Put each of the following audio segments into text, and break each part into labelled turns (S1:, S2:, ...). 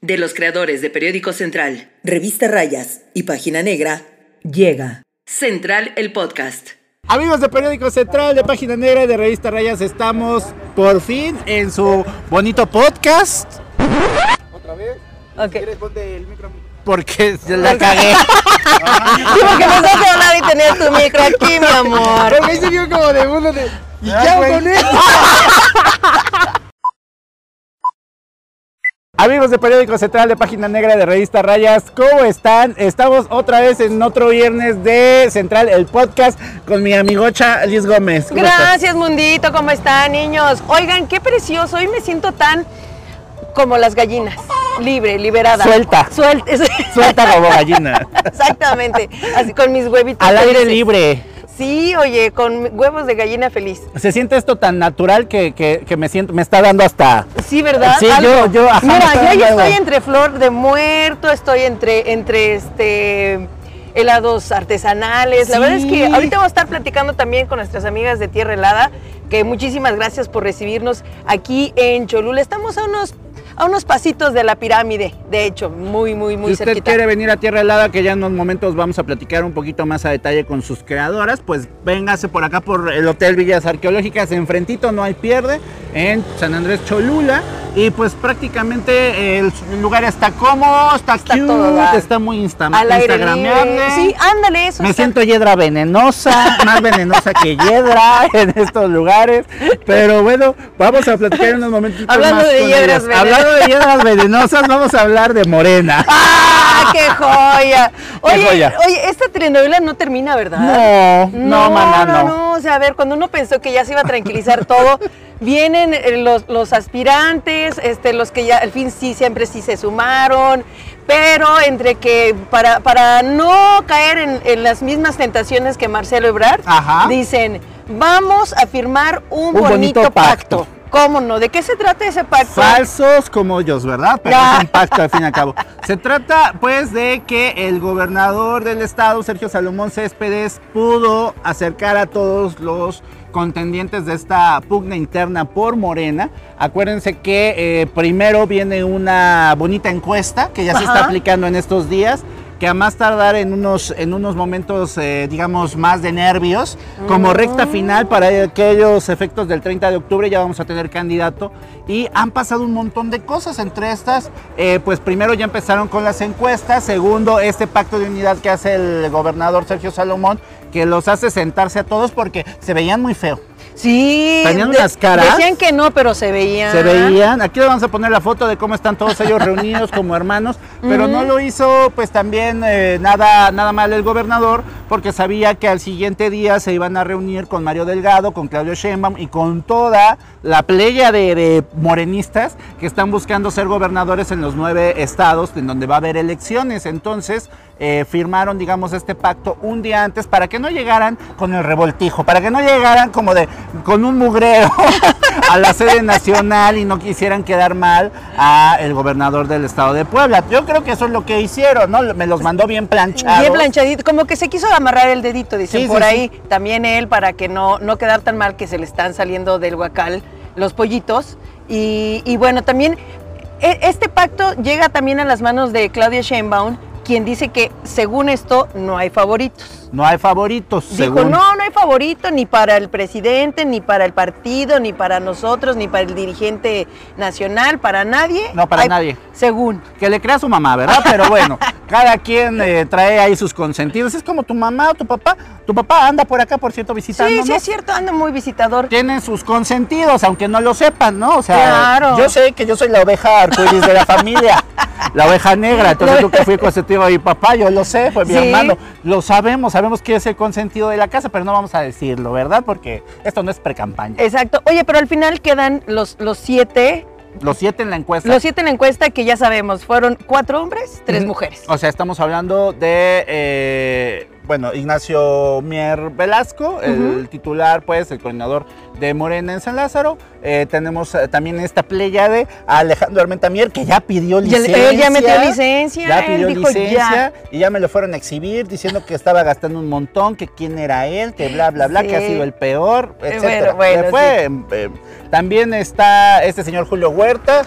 S1: de los creadores de Periódico Central,
S2: Revista Rayas y Página Negra, llega
S1: Central el Podcast.
S3: Amigos de Periódico Central, de Página Negra y de Revista Rayas, estamos por fin en su bonito podcast.
S4: ¿Otra vez?
S5: Ok.
S4: Si quieres, ponte el micro.
S3: Porque se la cagué.
S5: Sí, porque me estás hablar y tener tu micro aquí, mi amor.
S3: Porque se vio como de uno de. ¿Y qué hago con esto? Amigos de Periódico Central, de Página Negra, de Revista Rayas, ¿cómo están? Estamos otra vez en otro viernes de Central, el podcast, con mi amigocha Liz Gómez. ¿Cómo estás?
S5: Gracias, mundito. ¿Cómo están, niños? Oigan, qué precioso. Hoy me siento tan como las gallinas. Libre, liberada.
S3: Suelta.
S5: Suelta.
S3: Suelta como gallina.
S5: Exactamente. Así con mis huevitos.
S3: Al aire
S5: felices.
S3: libre.
S5: Sí, oye, con huevos de gallina feliz.
S3: Se siente esto tan natural que, que- que me siento, me está dando hasta.
S5: Sí, ¿verdad?
S3: Sí, yo- yo, ajá,
S5: Mira,
S3: está
S5: yo ahí
S3: bien,
S5: estoy
S3: huevo.
S5: entre flor de muerto, estoy entre, entre este helados artesanales. La verdad es que
S3: Sí.
S5: ahorita vamos a estar platicando también con nuestras amigas de Tierra Helada, que muchísimas gracias por recibirnos aquí en Cholula. Estamos a unos, a unos pasitos de la pirámide, de hecho, muy, muy, muy
S3: si usted
S5: cerquita.
S3: quiere venir a Tierra Helada, que ya en unos momentos vamos a platicar un poquito más a detalle con sus creadoras, pues véngase por acá por el Hotel Villas Arqueológicas, enfrentito, no hay pierde, en San Andrés Cholula. Y pues prácticamente el lugar está cómodo, está,
S5: Está
S3: cute,
S5: todo dar.
S3: está muy insta
S5: Al aire
S3: instagrameable.
S5: libre. Sí, ándale, eso
S3: Me
S5: está-
S3: siento hiedra venenosa, más venenosa que hiedra en estos lugares. Pero bueno, vamos a platicar en unos momentos.
S5: Hablando de hiedras venenosas.
S3: Hablando de hiedras venenosas, vamos a hablar de Morena.
S5: ¡Ah, qué joya!
S3: Qué
S5: Oye,
S3: joya.
S5: oye, esta telenovela no termina, ¿verdad?
S3: No, no, maná,
S5: Ah, no,
S3: no.
S5: no, o sea, a ver, cuando uno pensó que ya se iba a tranquilizar todo, vienen eh, los, los aspirantes, este, los que ya al fin sí, siempre sí se sumaron, pero entre que para, para no caer en, en las mismas tentaciones que Marcelo Ebrard,
S3: Ajá.
S5: dicen, vamos a firmar un,
S3: Un
S5: bonito,
S3: bonito
S5: pacto.
S3: pacto.
S5: ¿Cómo no? ¿De qué se trata ese pacto?
S3: Falsos como ellos, ¿verdad? Pero
S5: Ah.
S3: es un pacto al fin y al cabo. Se trata pues de que el gobernador del estado, Sergio Salomón Céspedes, pudo acercar a todos los contendientes de esta pugna interna por Morena. Acuérdense que eh, primero viene una bonita encuesta que ya se está
S5: Ajá.
S3: aplicando en estos días que a más tardar en unos, en unos momentos, eh, digamos, más de nervios, como recta final para aquellos efectos del 30 de octubre, ya vamos a tener candidato. Y han pasado un montón de cosas entre estas. eh, pues primero ya empezaron con las encuestas, segundo este pacto de unidad que hace el gobernador Sergio Salomón, que los hace sentarse a todos porque se veían muy feo.
S5: Sí.
S3: Tenían unas caras.
S5: Decían que no, pero se veían.
S3: Se veían, aquí le vamos a poner la foto de cómo están todos ellos reunidos como hermanos, pero no lo hizo pues también eh, nada, nada mal el gobernador, porque sabía que al siguiente día se iban a reunir con Mario Delgado, con Claudio Sheinbaum y con toda la playa de, de morenistas que están buscando ser gobernadores en los nueve estados en donde va a haber elecciones. Entonces eh, firmaron, digamos, este pacto un día antes para que no llegaran con el revoltijo, para que no llegaran como de con un mugrero a la sede nacional y no quisieran quedar mal a el gobernador del estado de Puebla. Yo creo que eso es lo que hicieron, ¿no? Me los mandó bien planchados.
S5: Bien planchadito, como que se quiso amarrar el dedito, dicen
S3: Ah, Sí, sí,
S5: por
S3: sí.
S5: ahí. También él, para que no, no quedar tan mal que se le están saliendo del huacal los pollitos. Y, y bueno, también e- este pacto llega también a las manos de Claudia Sheinbaum, quien dice que según esto no hay favoritos.
S3: No hay favoritos,
S5: Dijo,
S3: según.
S5: no, no hay favorito ni para el presidente, ni para el partido, ni para nosotros, ni para el dirigente nacional, para nadie.
S3: No, para
S5: Hay-
S3: nadie.
S5: Según.
S3: Que le crea a su mamá, ¿verdad? Pero bueno, cada quien eh, trae ahí sus consentidos. Es como tu mamá o tu papá. Tu papá anda por acá, por cierto, visitando.
S5: Sí, sí, es cierto, anda muy visitador.
S3: Tienen sus consentidos, aunque no lo sepan, ¿no? O sea,
S5: Claro.
S3: yo sé que yo soy la oveja arcoíris de la familia, la oveja negra. Entonces tú que fui consentido de mi papá, yo lo sé, fue mi
S5: Sí.
S3: hermano. Lo sabemos, sabemos que es el consentido de la casa, pero no vamos a decirlo, ¿verdad? Porque esto no es pre-campaña.
S5: Exacto. Oye, pero al final quedan los, los siete,
S3: Los siete en la encuesta.
S5: los siete en la encuesta que ya sabemos, fueron cuatro hombres, tres mujeres.
S3: O sea, estamos hablando de, eh, bueno, Ignacio Mier Velasco, el titular, pues, el coordinador de Morena en San Lázaro. Eh, tenemos eh, también esta playa de Alejandro Armenta Mier, que ya pidió
S5: Y él-
S3: licencia.
S5: él ya metió licencia,
S3: Ya
S5: él
S3: pidió
S5: dijo,
S3: licencia y ya me lo fueron a exhibir diciendo que estaba gastando un montón, que quién era él, que bla, bla, bla, que ha
S5: Sí.
S3: sido el peor,
S5: Eh,
S3: etcétera.
S5: bueno, bueno,
S3: Le fue, eh, también está este señor Julio Huerta.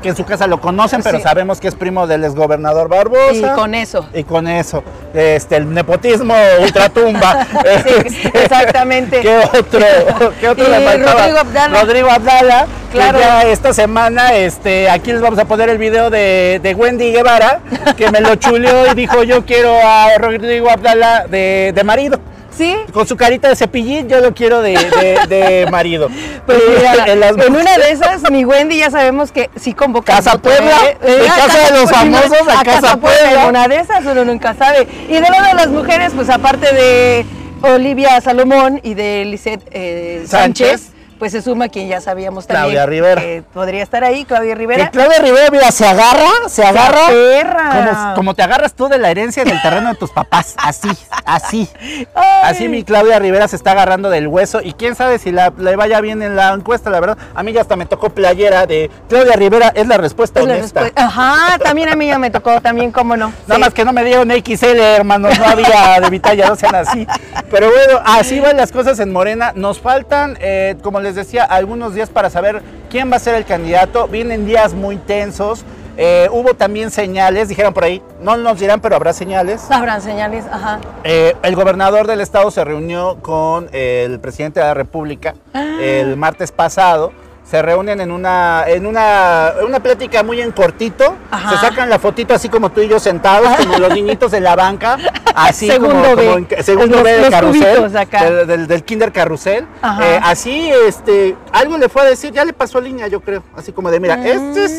S3: que en su casa lo conocen, pero
S5: Sí.
S3: sabemos que es primo del exgobernador Barbosa.
S5: Y con eso.
S3: Y con eso, este, el nepotismo ultratumba.
S5: Sí, exactamente.
S3: ¿Qué otro? ¿Qué otro
S5: Y
S3: le faltaba?
S5: Rodrigo Abdala.
S3: Rodrigo Abdala, que
S5: Claro.
S3: ya esta semana, este, aquí les vamos a poner el video de, de Wendy Guevara, que me lo chuleó y dijo, yo quiero a Rodrigo Abdala de, de marido.
S5: Sí.
S3: Con su carita de cepillín, yo lo quiero de, de- de marido.
S5: Pues
S3: Y
S5: mira,
S3: en
S5: en,
S3: las-
S5: una de esas, mi Wendy ya sabemos que sí convoca.
S3: Casa Puebla, de
S5: a
S3: casa de los
S5: Puebla,
S3: famosos a Casa Puebla.
S5: En una de esas uno nunca sabe. Y de una de las mujeres, pues aparte de Olivia Salomón y de Lisette eh, Sánchez,
S3: Sánchez.
S5: pues se suma quien ya sabíamos también.
S3: Claudia Rivera.
S5: que podría estar ahí, Claudia
S3: Que
S5: Rivera.
S3: Claudia Rivera, mira, se agarra, se agarra.
S5: perra.
S3: Como, como te agarras tú de la herencia del terreno de tus papás. Así, así.
S5: Ay.
S3: Así mi Claudia Rivera se está agarrando del hueso. Y quién sabe si la, le vaya bien en la encuesta, la verdad. A mí ya hasta me tocó playera de Claudia Rivera, es la respuesta
S5: Es pues la
S3: honesta.
S5: respuesta. Ajá, también a mí ya me tocó, también, cómo no.
S3: Nada
S5: Sí.
S3: más que no me dieron XL, hermanos, no había de vitalla, no sean así. Pero bueno, así van las cosas en Morena. Nos faltan, eh, como les decía, algunos días para saber quién va a ser el candidato. Vienen días muy tensos. Eh, hubo también señales, dijeron por ahí, no nos dirán, pero habrá señales.
S5: Sabrán señales, ajá.
S3: Eh, el gobernador del estado se reunió con el presidente de la República
S5: Ah.
S3: el martes pasado. Se reúnen en una, en una, una plática muy en cortito.
S5: Ajá.
S3: Se sacan la fotito así como tú y yo sentados, como los niñitos de la banca. Así
S5: Segundo
S3: como,
S5: B.
S3: como en- segundo
S5: Los-
S3: B del
S5: los
S3: carrusel.
S5: cubitos acá.
S3: Del, del- del kinder carrusel.
S5: Ajá.
S3: Eh, así, este, algo le fue a decir, ya le pasó línea, yo creo. Así como de, mira, este es.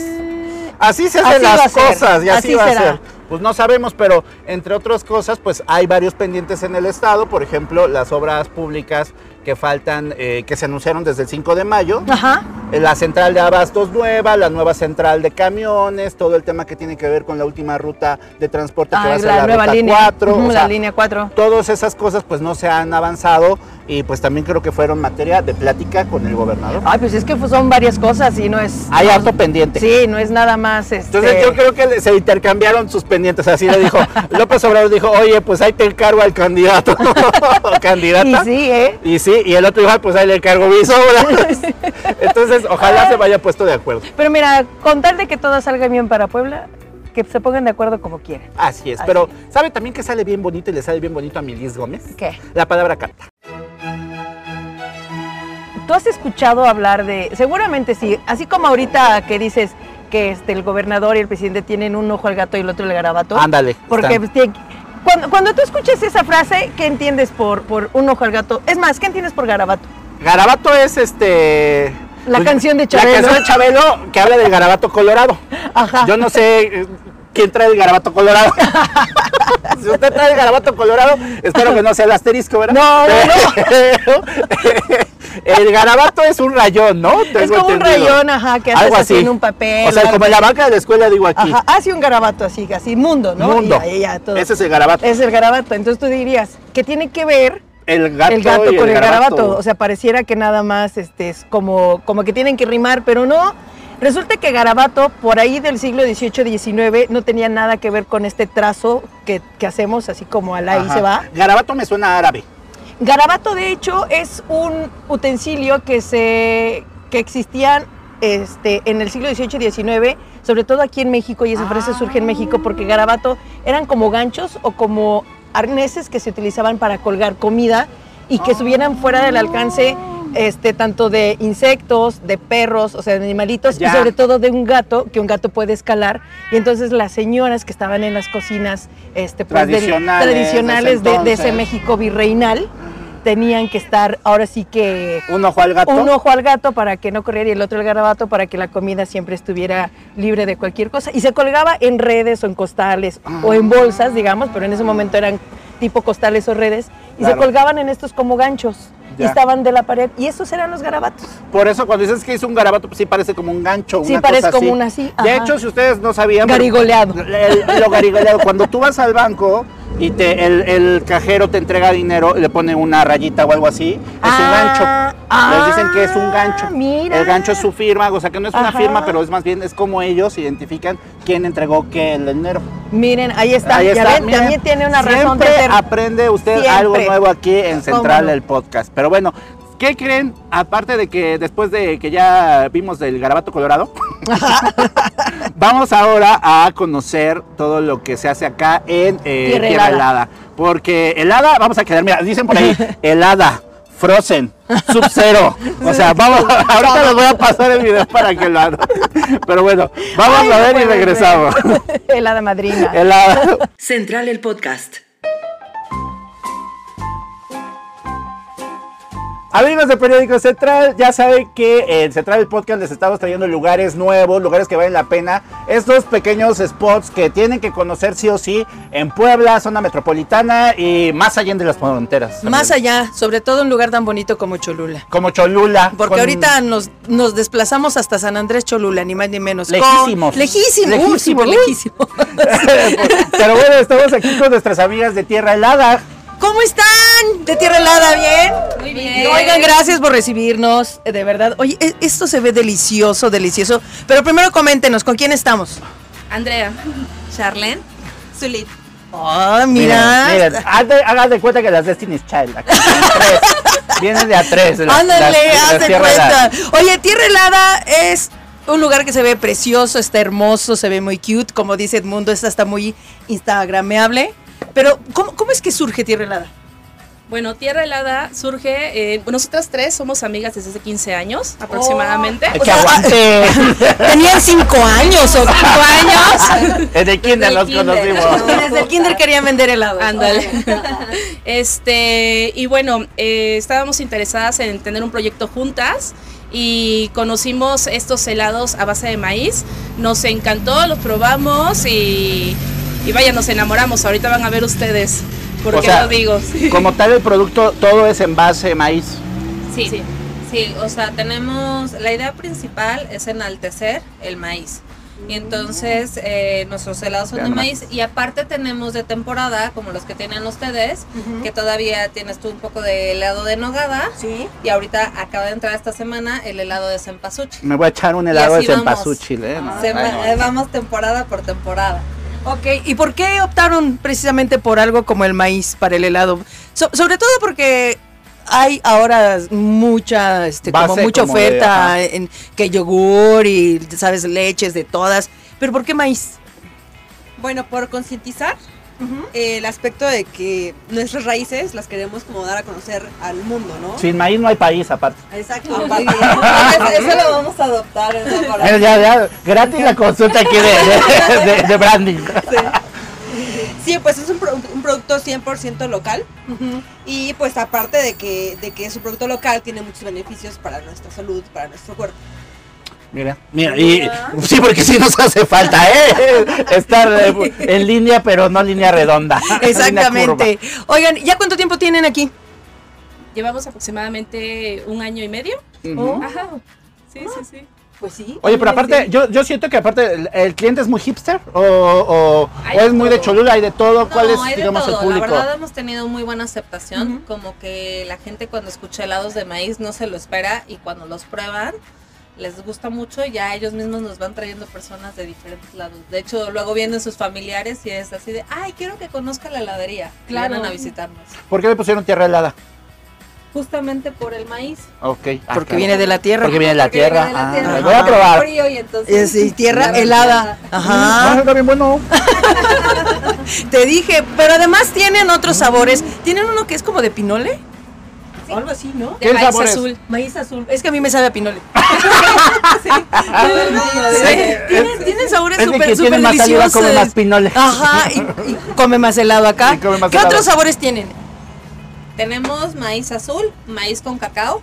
S3: Así se hacen
S5: Así va a
S3: las
S5: ser,
S3: cosas y así,
S5: así
S3: va
S5: será.
S3: a ser. Pues no sabemos, pero entre otras cosas, pues hay varios pendientes en el estado. Por ejemplo, las obras públicas que faltan, eh, que se anunciaron desde el 5 de mayo.
S5: Ajá.
S3: Eh, La central de abastos nueva, la nueva central de camiones, todo el tema que tiene que ver con la última ruta de transporte que va
S5: Ah,
S3: a ser
S5: la,
S3: la,
S5: nueva
S3: ruta
S5: línea.
S3: 4.
S5: Ujú,
S3: o
S5: la
S3: sea,
S5: línea 4.
S3: Todas esas cosas pues no se han avanzado y pues también creo que fueron materia de plática con el gobernador.
S5: Ay, pues es que son varias cosas y no es.
S3: Hay
S5: no-
S3: harto pendiente.
S5: Sí, no es nada más. Este,
S3: Ah, Entonces yo creo que le- se intercambiaron sus pendientes, así le dijo. López Obrador dijo, oye, pues ahí te encargo al candidato. o candidata.
S5: Y sí, ¿eh?
S3: Y sí, y el otro dijo, "Ay, pues ahí le encargo mis obras. Entonces, ojalá se vaya puesto de acuerdo.
S5: Pero mira, con tal de que todo salga bien para Puebla, que se pongan de acuerdo como quieran.
S3: Así es.
S5: Así
S3: Pero, ¿sabe también que sale bien bonito y le sale bien bonito a Milis Gómez?
S5: ¿Qué?
S3: La palabra carta.
S5: Tú has escuchado hablar de. Seguramente sí. Así como ahorita que dices que este, el gobernador y el presidente tienen un ojo al gato y el otro al garabato.
S3: Ándale.
S5: Porque
S3: están.
S5: pues, tiene- cuando, cuando tú escuchas esa frase, ¿qué entiendes por, por un ojo al gato? Es más, ¿qué entiendes por garabato?
S3: Garabato es este.
S5: La canción de Chabelo.
S3: La canción de Chabelo que habla del garabato colorado.
S5: Ajá.
S3: Yo no sé eh, quién trae el garabato colorado. si usted trae el garabato colorado, espero que no sea el asterisco, ¿verdad?
S5: No,
S3: no, el garabato es un rayón, ¿no?
S5: Es
S3: Tengo
S5: como un
S3: entendido.
S5: rayón, ajá, que haces
S3: Algo
S5: así en un papel
S3: O sea,
S5: o algo
S3: como en la banca de la escuela, digo aquí.
S5: Ajá, hace un garabato así, así, mundo, ¿no?
S3: Mundo.
S5: Y ahí ya todo.
S3: Ese es el garabato.
S5: Es el garabato. Entonces tú dirías, ¿qué tiene que ver
S3: el gato,
S5: el gato
S3: y
S5: con el garabato? O sea, pareciera que nada más este, es como, como que tienen que rimar, pero no. Resulta que garabato, por ahí del siglo XVIII-XIX, no tenía nada que ver con este trazo que, que hacemos, así como al ahí
S3: Ajá.
S5: se va.
S3: Garabato me suena árabe.
S5: Garabato, de hecho, es un utensilio que se que existían este, en el siglo XVIII y XIX, sobre todo aquí en México, y esa frase
S3: Ah.
S5: surge en México porque garabato eran como ganchos o como arneses que se utilizaban para colgar comida y que subieran fuera del alcance
S3: Ah.
S5: este, tanto de insectos, de perros, o sea, de animalitos,
S3: Ya.
S5: y sobre todo de un gato, que un gato puede escalar. Y entonces las señoras que estaban en las cocinas este, pues, del-
S3: Tradicionales,
S5: tradicionales de- de ese
S3: entonces.
S5: México virreinal, tenían que estar ahora sí que
S3: Un ojo al gato.
S5: un ojo al gato para que no corriera y el otro al garabato para que la comida siempre estuviera libre de cualquier cosa. Y se colgaba en redes o en costales o en bolsas, digamos, pero en ese momento eran tipo costales o redes. Y
S3: Claro.
S5: se colgaban en estos como ganchos y
S3: Ya.
S5: estaban de la pared. Y esos eran los garabatos.
S3: Por eso cuando dices que hizo un garabato, pues sí parece como un gancho.
S5: Sí,
S3: una
S5: parece
S3: cosa
S5: como
S3: así.
S5: un así,
S3: De
S5: ajá.
S3: hecho, si ustedes no sabían... pero-
S5: Garigoleado.
S3: el- lo garigoleado. Cuando tú vas al banco y te, el, el cajero te entrega dinero, le pone una rayita o algo así, es un
S5: Ah,
S3: gancho. Les dicen que es un
S5: ah,
S3: gancho.
S5: mira.
S3: El gancho es su firma, o sea que no es una
S5: Ajá.
S3: firma, pero es más bien, es como ellos identifican quién entregó qué el dinero.
S5: Miren, ahí está.
S3: Ahí
S5: ya
S3: está,
S5: ven,
S3: miren,
S5: también tiene una razón de
S3: siempre
S5: ser.
S3: aprende usted
S5: Siempre.
S3: algo nuevo aquí en Central
S5: no?
S3: del Podcast. Pero bueno, ¿qué creen? Aparte de que después de que ya vimos del garabato colorado, Vamos ahora a conocer todo lo que se hace acá en eh,
S5: Tierra
S3: Tierra,
S5: Helada.
S3: helada. Porque helada, vamos a quedar, mira, dicen por ahí, helada. Frozen, Sub-Zero. O sea, vamos, a- ahorita les voy a pasar el video para que lo hagan. Pero bueno, vamos a ver y regresamos.
S5: El hada madrina.
S3: Helada.
S1: Central el podcast.
S3: Amigos de Periódico Central, ya saben que en Central del Podcast les estamos trayendo lugares nuevos, lugares que valen la pena. Estos pequeños spots que tienen que conocer sí o sí en Puebla, zona metropolitana y más allá de las fronteras. también.
S2: Más allá, sobre todo un lugar tan bonito como Cholula.
S3: Como Cholula.
S2: Porque
S3: con-
S2: ahorita nos, nos desplazamos hasta San Andrés Cholula, ni más ni menos. con-
S3: Lejísimos.
S2: lejísimo.
S3: Lejísimo,
S2: uh, súper
S3: uy.
S2: lejísimo.
S3: Pero bueno, estamos aquí con nuestras amigas de Tierra Helada.
S2: ¿Cómo están? ¿De Tierra Helada? ¿Bien? Muy bien. Oigan, gracias por recibirnos, eh, de verdad. Oye, e- esto se ve delicioso, delicioso. Pero primero coméntenos, ¿con quién estamos?
S6: Andrea, Charlene, Zulit.
S2: Ah, mira.
S3: Miren, miren, haz de- hagan de cuenta que las Destiny's Child, aquí son tres. Vienen de a tres. las-
S2: Ándale,
S3: las- las
S2: haz de
S3: Tierra
S2: cuenta.
S3: Helada.
S2: Oye, Tierra Helada es un lugar que se ve precioso, está hermoso, se ve muy cute. Como dice Edmundo, está hasta muy instagrameable. Pero, ¿cómo, cómo es que surge Tierra Helada?
S6: Bueno, Tierra Helada surge, eh, nosotras tres somos amigas desde hace 15 años aproximadamente.
S3: Que aguante.
S2: Tenían cinco años o cinco años.
S3: ¿Desde quién
S6: Desde el
S3: nos
S6: kinder.
S3: conocimos?
S2: Desde el kinder querían vender helados.
S6: Ándale. este, y bueno, eh, estábamos interesadas en tener un proyecto juntas y conocimos estos helados a base de maíz. Nos encantó, los probamos y, y vaya, nos enamoramos. Ahorita van a ver ustedes por
S3: O
S6: qué
S3: sea,
S6: lo digo. Sí.
S3: Como tal el producto, todo es en base de maíz.
S7: Sí,
S6: Sí.
S7: sí, o sea, tenemos, la idea principal es enaltecer el maíz. Y entonces
S3: Mm.
S7: eh, nuestros helados son de
S3: Vean más.
S7: maíz y aparte tenemos de temporada, como los que tienen ustedes, que todavía tienes tú un poco de helado de nogada
S2: Sí.
S7: y ahorita acaba de entrar esta semana el helado de cempasúchil.
S3: Me voy a echar un
S7: Y
S3: helado de
S7: así vamos.
S3: cempasúchil, ¿eh? No,
S7: Se-
S3: ay, no.
S7: eh, Vamos temporada por temporada.
S2: Ok, ¿y por qué optaron precisamente por algo como el maíz para el helado? So- sobre todo porque hay ahora mucha, este, como
S3: Base
S2: mucha
S3: como de,
S2: oferta
S3: ajá.
S2: en que yogur y, sabes, leches de todas. Pero ¿por qué maíz?
S8: Bueno, por concientizar eh, el aspecto de que nuestras raíces las queremos como dar a conocer al mundo, ¿no?
S3: Sin maíz no hay país, aparte.
S8: Exacto. Muy bien. Entonces, eso lo vamos a adoptar. ¿no? Para-
S3: Mira, Eh, ya, ya, gratis la consulta aquí de, de- de- de branding.
S8: Sí, pues es un, pro- un producto 100% local. Y pues aparte de que, de que es un producto local, tiene muchos beneficios para nuestra salud, para nuestro cuerpo.
S3: Mira, mira, y sí, porque sí nos hace falta, ¿eh? Estar eh, en línea, pero no línea redonda. Línea
S2: Exactamente. Oigan, ¿ya cuánto tiempo tienen aquí?
S6: Llevamos aproximadamente un año y medio.
S3: curva. Ujú.
S6: Ajá. Sí, sí, sí.
S8: Pues sí.
S3: Oye, pero aparte, yo, yo siento que aparte el, el cliente es muy hipster o, o- o
S6: Hay de
S3: es muy de
S6: todo.
S3: Cholula, hay de todo. ¿Cuál
S7: No,
S3: es,
S7: hay de
S3: digamos,
S7: todo.
S3: el público?
S7: La verdad hemos tenido muy buena aceptación, como que la gente cuando escucha helados de maíz no se lo espera y cuando los prueban les gusta mucho, ya ellos mismos nos van trayendo personas de diferentes lados. De hecho, luego vienen sus familiares y es así de, ay, quiero que conozca la heladería.
S6: Claro.
S7: Claro. Vienen a visitarnos.
S3: ¿Por qué le pusieron tierra helada?
S7: Justamente por el maíz.
S3: Ok. Ah,
S2: Porque
S3: claro.
S2: viene de la tierra.
S3: Porque viene de la
S7: Porque viene
S3: tierra.
S7: de la
S3: Ah,
S7: tierra.
S3: voy a probar.
S7: Frío y entonces...
S2: Es, eh, tierra
S7: Claro.
S2: helada.
S3: Ah,
S2: Ajá.
S3: está bien bueno.
S2: Te dije, pero además tienen otros sabores. Tienen uno que es como de pinole. Algo así, ¿no?
S6: De
S3: ¿Qué
S6: maíz
S3: sabores?
S6: azul.
S2: Maíz azul. Es que a mí me sabe a pinole.
S3: Ah,
S2: Sí, tienen, tienen sabores
S3: Es que
S2: súper
S3: quien tiene
S2: súper
S3: más saliva
S2: deliciosos.
S3: come más pinole.
S5: Ah.
S2: Ajá, y, y come más helado acá.
S3: Y come más
S2: ¿Qué
S3: helado.
S2: otros sabores tienen?
S7: Tenemos maíz azul, maíz con cacao,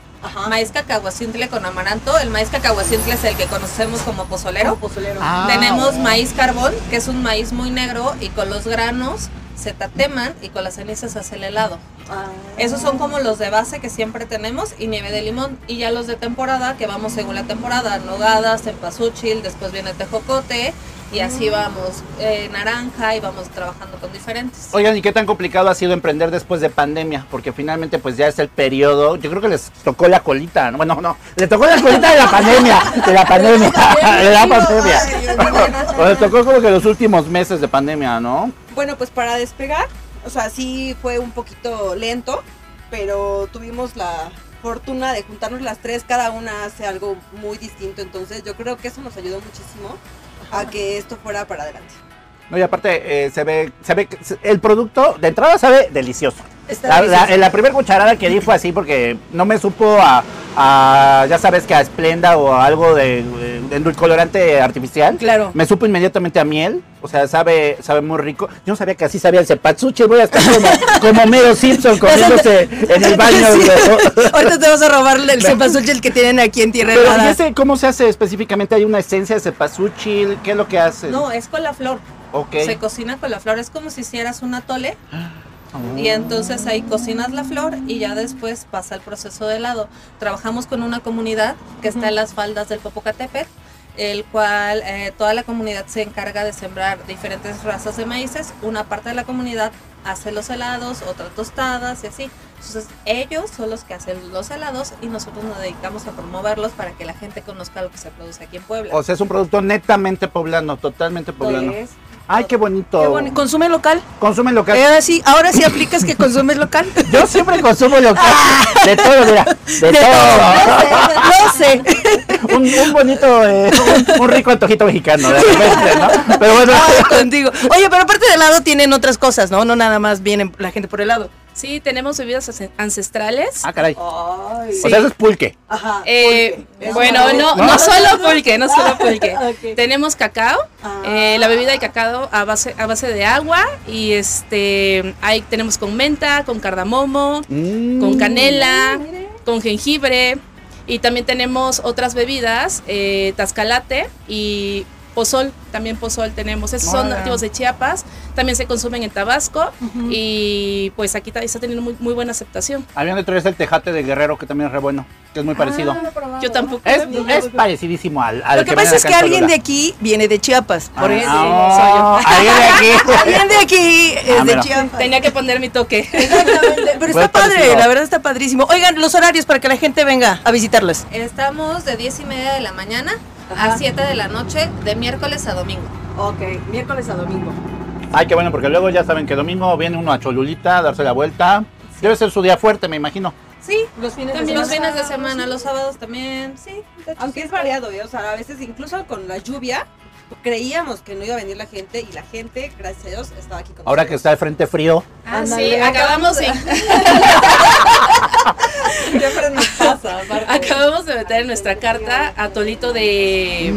S7: maíz cacahuacintle con amaranto. El maíz cacahuacintle es el que conocemos como pozolero.
S3: Ah.
S7: Tenemos maíz carbón, que es un maíz muy negro y con los granos se tateman y con las cenizas se hace el helado.
S8: Ah.
S7: Esos son como los de base que siempre tenemos y nieve de limón. Y ya los de temporada, que vamos según la temporada, nogadas, cempasúchil, después viene tejocote y
S8: Ah.
S7: así vamos, eh, naranja y vamos trabajando con diferentes.
S3: Oigan, ¿y qué tan complicado ha sido emprender después de pandemia? Porque finalmente, pues ya es el periodo. Yo creo que les tocó la colita. ¿no? Bueno, no. Les tocó la colita de la pandemia. De la pandemia. De la pandemia. O les tocó como que los últimos meses de pandemia, ¿no?
S8: Bueno, pues para despegar, o sea, sí fue un poquito lento, pero tuvimos la fortuna de juntarnos las tres, cada una hace algo muy distinto, entonces yo creo que eso nos ayudó muchísimo a que esto fuera para adelante.
S3: No, y aparte eh, se ve, se ve, que se- el producto de entrada sabe delicioso.
S8: Está
S3: La,
S8: delicioso.
S3: primera cucharada que di fue así porque no me supo a, a, ya sabes que a esplenda o a algo de, eh, de endulcorante artificial.
S2: Claro.
S3: Me supo inmediatamente a miel, o sea, sabe, sabe muy rico. Yo no sabía que así sabía el cepatsuche, voy a estar como, como Mero Simpson comiéndose en el baño.
S2: Sí.
S3: güey.
S2: Ahorita te vas a robar el cempasúchil que tienen aquí en Tierra
S3: Pero ¿y
S2: Helada.
S3: ese cómo se hace específicamente? ¿Hay una esencia de cepasuchil? ¿Qué es lo que hace?
S7: No, es con la flor.
S3: Ok.
S7: Se cocina con la flor. Es como si hicieras un atole
S3: Oh.
S7: y entonces ahí cocinas la flor y ya después pasa el proceso de helado. Trabajamos con una comunidad que está en las faldas del Popocatépetl el cual eh, toda la comunidad se encarga de sembrar diferentes razas de maíces. Una parte de la comunidad hace los helados, otra tostadas y así. Entonces ellos son los que hacen los helados y nosotros nos dedicamos a promoverlos para que la gente conozca lo que se produce aquí en Puebla.
S3: O sea, es un producto netamente poblano, totalmente poblano.
S7: Entonces,
S3: Ay, qué bonito.
S2: Qué bueno, Consume local.
S3: Consume local.
S2: Eh, ahora sí, ahora sí aplicas que consumes local.
S3: Yo siempre consumo local. De todo, mira.
S2: De
S3: De, todo.
S2: No sé.
S3: Un, un bonito, eh, un, un rico antojito mexicano, de repente, ¿no? Pero bueno.
S2: Ay, contigo. Oye, pero aparte de helado tienen otras cosas, ¿no? No nada más vienen la gente por helado.
S6: Sí, tenemos bebidas ance- ancestrales.
S3: Ah, caray.
S8: Ay.
S3: O sea, eso es pulque.
S8: Ajá.
S6: Eh,
S8: pulque.
S6: bueno, no,
S3: ¿No?
S6: no solo pulque, no solo pulque. Tenemos cacao,
S8: Ah.
S6: eh, la bebida de cacao a base, a base de agua y este, ahí tenemos con menta, con cardamomo,
S3: Mm.
S6: con canela, con jengibre y también tenemos otras bebidas, eh, tascalate y pozol, también pozol tenemos. Esos son
S2: Órale.
S6: nativos de Chiapas, también se consumen en Tabasco y pues aquí ta- está teniendo muy, muy buena aceptación.
S3: Habían detrás el tejate de Guerrero, que también es re bueno, que
S2: Ah,
S3: es muy parecido.
S6: Yo tampoco.
S3: es, es parecidísimo al, al
S2: Lo que pasa
S3: venden
S2: es
S3: acá
S2: que
S3: en
S2: alguien de
S3: Cholula.
S2: aquí viene de Chiapas. Por eso.
S3: Ah, Alguien de aquí.
S2: Alguien de aquí es
S3: Ah,
S2: de
S3: mira.
S2: Chiapas.
S6: Tenía que poner mi toque.
S2: Exactamente. Pero
S3: Buen
S2: está padre,
S3: parecido.
S2: la verdad está padrísimo. Oigan, los horarios para que la gente venga a visitarlos.
S7: Estamos de 10 y media de la mañana a 7 de la noche, de miércoles a domingo.
S8: Ok, miércoles a domingo.
S3: Ay, qué bueno, porque luego ya saben que domingo viene uno a Cholulita a darse la vuelta. Debe ser su día fuerte, me imagino.
S7: Sí,
S8: Los fines
S7: también los fines de
S8: sábado,
S7: semana,
S8: sí.
S7: los sábados también, sí. de hecho,
S8: Aunque es variado, ¿eh? o sea, a veces incluso con la lluvia creíamos que no iba a venir la gente y la gente, gracias a Dios, estaba aquí con
S3: Ahora que está el frente frío.
S6: Ah, sí,
S8: Ándale,
S6: acabamos de,
S8: que siempre nos pasa, aparte.
S6: acabamos de meter en nuestra carta a Tolito de...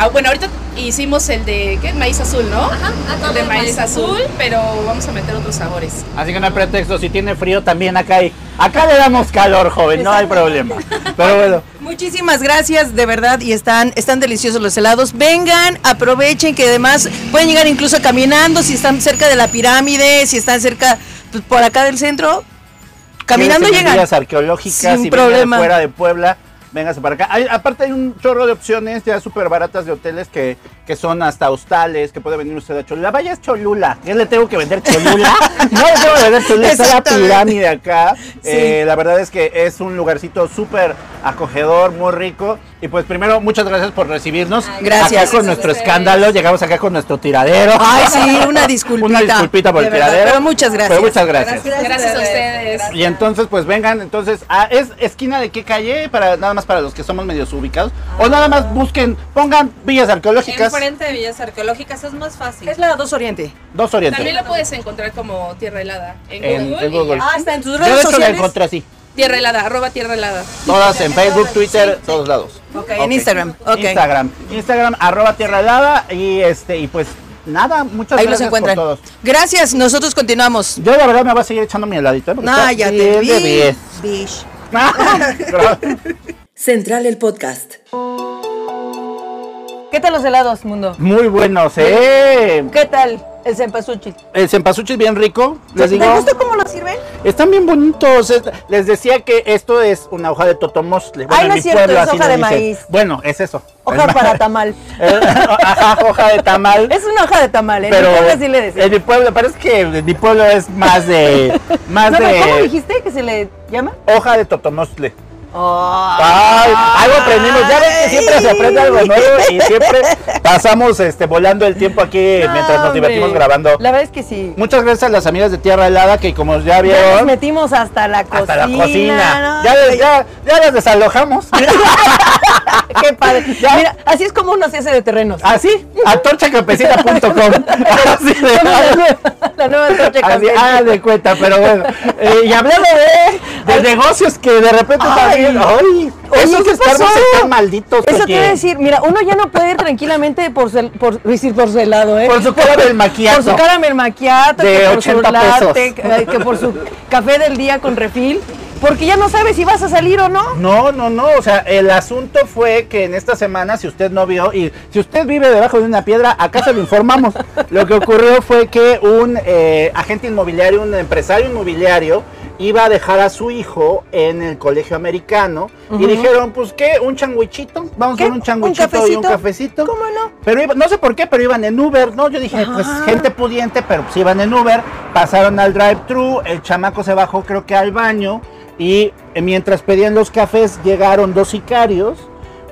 S6: Ah, bueno, ahorita hicimos el de, ¿qué? Maíz azul, ¿no?
S7: ah, todo
S6: de
S7: el
S6: maíz
S7: maíz azul.
S6: azul, pero vamos a meter otros sabores.
S3: Así que no hay pretexto, si tiene frío también acá hay. Acá le damos calor, joven, no hay problema. Pero bueno,
S2: Muchísimas gracias, de verdad, y están, están deliciosos los helados. Vengan, aprovechen, que además pueden llegar incluso caminando, si están cerca de la pirámide, si están cerca pues, por acá del centro, caminando
S3: quédense en
S2: llegan.
S3: Vías arqueológicas,
S2: Sin
S3: si
S2: problema.
S3: problema. fuera de Puebla, véngase para acá. Hay- aparte hay un chorro de opciones ya súper baratas de hoteles que, que son hasta hostales, que puede venir usted a Cholula. Vaya es Cholula, ¿qué le tengo que vender Cholula? no le tengo que vender Cholula, está la
S2: Exactamente.
S3: pirámide acá. Eh, la verdad es que es un lugarcito súper acogedor, muy rico. Y pues primero, muchas gracias por recibirnos.
S7: Ay,
S2: gracias.
S3: Acá con
S7: Gracias a
S3: nuestro
S7: ustedes.
S3: escándalo, llegamos acá con nuestro tiradero.
S2: Ay, sí, una disculpita.
S3: Una disculpita por
S2: de
S3: el
S2: verdad,
S3: tiradero.
S2: Pero muchas gracias.
S3: Pero muchas gracias.
S6: Gracias a ustedes.
S3: Y entonces, pues vengan, entonces, ah, ¿es esquina de qué calle? Para, nada más para los que somos medios ubicados. O nada
S2: Ah.
S3: más busquen, pongan villas arqueológicas,
S7: Enfrente de Villas Arqueológicas es más fácil.
S2: Es la 2 Oriente.
S3: dos orientes.
S6: También lo puedes encontrar como Tierra Helada en,
S3: En-
S6: Google.
S3: en
S6: y
S3: Google.
S6: ya.
S2: Ah, está en sus
S3: Yo de
S2: redes
S3: hecho la
S2: sociales.
S3: encontré así.
S6: Tierra Helada, arroba Tierra Helada.
S3: Todas en Facebook, Twitter, todos lados.
S2: Ok, en Instagram. Ok.
S3: Instagram. Instagram, arroba tierra helada. Y este, y pues nada, muchas
S2: Ahí los
S3: gracias
S2: encuentran.
S3: por todos.
S2: Gracias, nosotros continuamos.
S3: Yo la verdad me voy a seguir echando mi heladito. ¿eh? Porque
S2: No,
S3: está
S2: ya
S3: bien
S2: te
S3: de
S2: vi.
S3: bien.
S2: Bish.
S1: Central el podcast.
S5: ¿Qué tal los helados, mundo?
S3: Muy buenos, eh.
S5: ¿Qué tal el cempasúchil?
S3: El cempasúchil es bien rico. Les digo.
S5: ¿Te gusta cómo lo sirven?
S3: Están bien bonitos. es- Les decía que esto es una hoja de totomostle.
S5: Ay,
S3: en
S5: no es
S3: mi
S5: cierto,
S3: pueblo
S5: es
S3: así
S5: hoja
S3: le
S5: de
S3: dicen.
S5: maíz.
S3: Bueno, es eso.
S5: Hoja
S3: Es-
S5: para tamal.
S3: Eh, Ajá, hoja de tamal.
S5: Es una hoja de tamal, ¿eh?
S3: pero
S5: Yo creo que sí le decía.
S3: en mi pueblo, parece que en mi pueblo es más de. más
S5: No, pero ¿cómo
S3: de
S5: dijiste que se le llama?
S3: hoja de totomostle. Ay, algo aprendimos, ya ven que siempre se aprende algo nuevo y siempre pasamos este, volando el tiempo aquí mientras nos
S5: Hombre.
S3: divertimos grabando.
S5: La verdad es que sí.
S3: Muchas gracias a las amigas de Tierra Helada que como ya
S5: Ya nos
S3: vieron,
S5: metimos hasta la cocina.
S3: hasta la cocina.
S5: ¿no?
S3: Ya, les- ya, ya las desalojamos.
S5: Qué padre. Mira, así es como uno se hace de terrenos.
S3: Así, atorchacapecita.com. Así de-
S5: Somos la nueva, la nueva Torche
S3: Así,
S5: Campesina.
S3: ah, de cuenta, pero bueno. Eh, y hablando de, de negocios que de repente también. ¡Ay!
S5: Oye,
S3: esos
S5: ¿qué
S3: Starbucks
S5: pasó?
S3: están malditos.
S5: Eso
S3: porque-
S5: quiere decir, mira, uno ya no puede ir tranquilamente por su, por, decir, por su helado, ¿eh?
S3: Por su cara del
S5: Por
S3: maquillaje.
S5: su caramel macchiato,
S3: De
S5: que por
S3: 80
S5: su latte,
S3: pesos.
S5: que- eh, que por su café del día con refil, porque ya no sabes si vas a salir o no.
S3: No, no, no. O sea, el asunto fue que en esta semana, si usted no vio, y si usted vive debajo de una piedra, acá se lo informamos. lo que ocurrió fue que un eh, agente inmobiliario, un empresario inmobiliario, iba a dejar a su hijo en el colegio americano. Y dijeron, pues, ¿qué? ¿Un changuichito? Vamos a
S5: ¿Qué?
S3: hacer un
S5: ¿Un
S3: changuichito y un
S5: cafecito?
S3: cafecito.
S5: ¿Cómo no?
S3: Pero iba- no sé por qué, pero iban en Uber, ¿no? Yo dije, pues gente pudiente, pero pues iban en Uber, pasaron al drive-thru, el chamaco se bajó creo que al baño y eh, mientras pedían los cafés llegaron dos sicarios,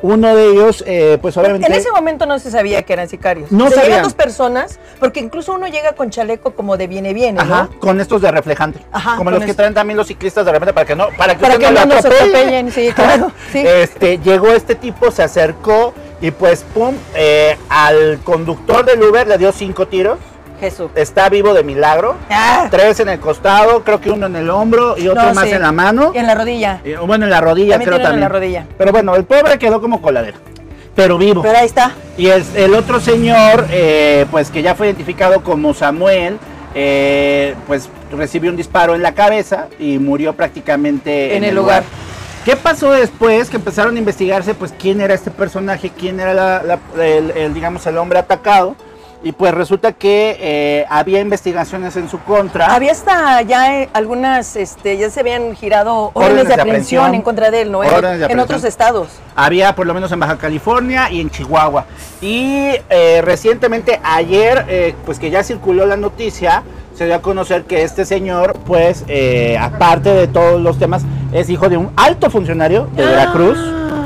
S3: uno de ellos eh, pues obviamente...
S5: En ese momento no se sabía que eran sicarios.
S3: No
S5: se
S3: sabían.
S5: llegan dos personas, porque incluso uno llega con chaleco como de viene viene,
S3: Ajá,
S5: ¿no?
S3: con estos de reflejante.
S5: Ajá,
S3: como
S5: con
S3: los que
S5: eso.
S3: traen también los ciclistas de repente para que no, para que,
S5: Para
S3: usted
S5: que
S3: lo
S5: no nos
S3: atropelle.
S5: atropellen, sí, claro, sí.
S3: Este, llegó este tipo, se acercó y pues pum, eh, al conductor del Uber le dio cinco tiros.
S5: Jesús.
S3: Está vivo de milagro.
S5: Ah,
S3: Tres en el costado, creo que uno en el hombro y otro
S5: No,
S3: más
S5: sí.
S3: en la mano.
S5: y en la rodilla.
S3: Eh, bueno, en la rodilla,
S5: También
S3: creo
S5: tienen
S3: también.
S5: en la rodilla.
S3: Pero bueno, el pobre quedó como coladera, pero vivo.
S5: Pero ahí está.
S3: Y el, el otro señor, eh, pues que ya fue identificado como Samuel, eh, pues recibió un disparo en la cabeza y murió prácticamente
S5: En el lugar.
S3: ¿Qué pasó después? Que empezaron a investigarse, pues quién era este personaje, quién era la- la- el, el, digamos, el hombre atacado. Y pues resulta que eh, había investigaciones en su contra.
S5: Había hasta ya eh, algunas, este, ya se habían girado órdenes, de, aprehensión en contra de él, ¿no? En-
S3: Órdenes de
S5: en
S3: aprehensión.
S5: otros estados.
S3: Había por lo menos en Baja California y en Chihuahua. Y eh, recientemente, ayer, eh, pues que ya circuló la noticia, se dio a conocer que este señor, pues, eh, aparte de todos los temas, es hijo de un alto funcionario de Veracruz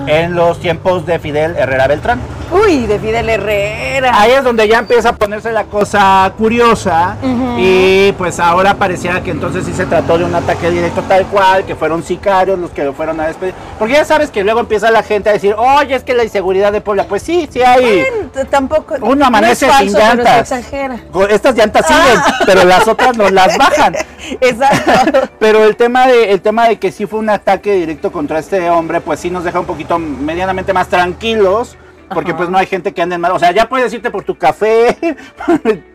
S3: en los tiempos de Fidel Herrera Beltrán.
S5: Uy, de Fidel Herrera.
S3: Ahí es donde ya empieza a ponerse la cosa curiosa y pues ahora parecía que entonces sí se trató de un ataque directo tal cual, que fueron sicarios los que lo fueron a despedir. Porque ya sabes que luego empieza la gente a decir, oye, es que la inseguridad de Puebla, pues sí, sí hay...
S5: T- Tampoco.
S3: Uno amanece
S5: no es
S3: sin
S5: falso, pero se
S3: llantas.
S5: exagera. Ah.
S3: Go- Estas llantas siguen, pero las otras no las bajan.
S5: Exacto.
S3: Pero el tema de el tema de que sí fue un ataque directo contra este hombre, pues sí nos deja un poquito medianamente más tranquilos, porque pues no hay gente que ande en mal, o sea, ya puedes irte por tu café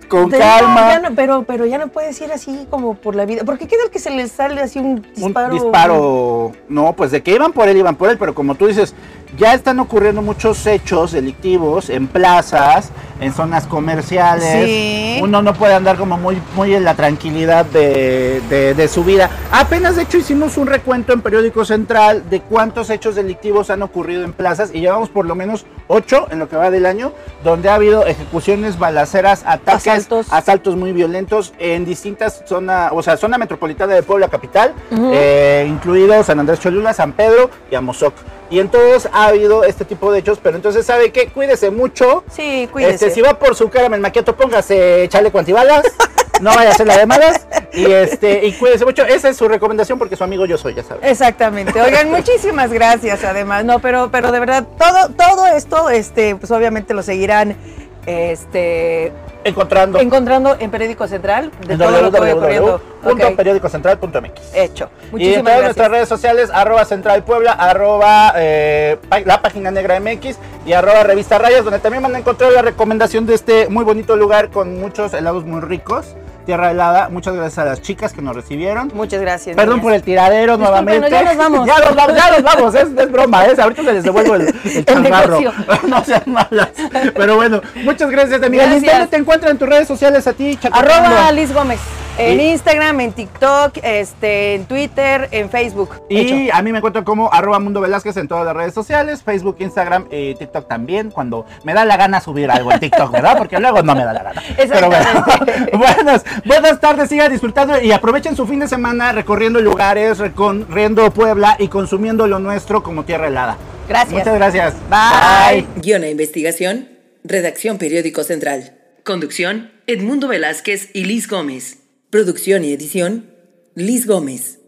S3: con
S5: Te digo,
S3: calma.
S5: ya no- pero, pero ya no puedes ir así como por la vida. Porque qué tal que se les sale así un disparo.
S3: un disparo. No, pues de que iban por él, iban por él, pero como tú dices, ya están ocurriendo muchos hechos delictivos en plazas, en zonas comerciales.
S5: Sí.
S3: Uno no puede andar como muy, muy en la tranquilidad de, de- de su vida. Apenas de hecho hicimos un recuento en Periódico Central de cuántos hechos delictivos han ocurrido en plazas y llevamos por lo menos ocho en lo que va del año, donde ha habido ejecuciones, balaceras, ataques,
S5: Asaltos.
S3: asaltos muy violentos en distintas zonas, o sea, zona metropolitana de Puebla Capital, eh, incluido San Andrés Cholula, San Pedro y Amozoc. Y en todos ha habido este tipo de hechos, pero entonces, ¿sabe qué? Cuídese mucho.
S5: Sí, cuídese.
S3: Este, si va por su cara, me maqueto, póngase chaleco antibalas. no vaya a ser la de malas. Y, este, y cuídese mucho. Esa es su recomendación porque su amigo yo soy, ya sabes.
S5: Exactamente. Oigan, muchísimas gracias además. No, pero, pero de verdad, todo, todo esto, este, pues obviamente lo seguirán este,
S3: Encontrando en
S5: encontrando en Periódico Central de todo lo que vaya ocurriendo. Ok,
S3: www.periodicocentral.mx.
S5: Hecho.
S3: y en todas
S5: Muchísimas gracias.
S3: nuestras redes sociales, arroba Central Puebla, arroba eh, pa- la página negra MX y arroba Revista Rayas, donde también van a encontrar la recomendación de este muy bonito lugar con muchos helados muy ricos, tierra helada. Muchas gracias a las chicas que nos recibieron.
S5: Muchas gracias.
S3: Perdón
S5: niñas.
S3: por el tiradero
S5: Discúlpenos,
S3: nuevamente.
S5: ya nos vamos.
S3: ya nos vamos, ya nos vamos. Es, es broma, ¿eh? Ahorita se les devuelvo el, el changarro.
S5: negocio.
S3: No sean malas. Pero bueno, muchas gracias, Miguel.
S5: Gracias.
S3: ¿Dónde te encuentran en tus redes sociales a ti, chacoteando?
S5: Arroba Liz Gómez. En
S3: Y-
S5: Instagram, en TikTok, este, en Twitter, en Facebook.
S3: Y
S5: Hecho.
S3: a mí me encuentran como arroba Mundo Velázquez en todas las redes sociales, Facebook, Instagram y TikTok también, cuando me da la gana subir algo en TikTok, ¿verdad? Porque luego no me da la gana. Pero bueno,
S5: Exactamente.
S3: buenas, Buenas tardes, sigan disfrutando y aprovechen su fin de semana recorriendo lugares, recorriendo Puebla y consumiendo lo nuestro como tierra helada.
S5: Gracias.
S3: Muchas gracias.
S5: Bye.
S2: Guión e investigación, redacción Periódico Central. Conducción, Edmundo Velázquez y Liz Gómez. Producción y edición, Liz Gómez.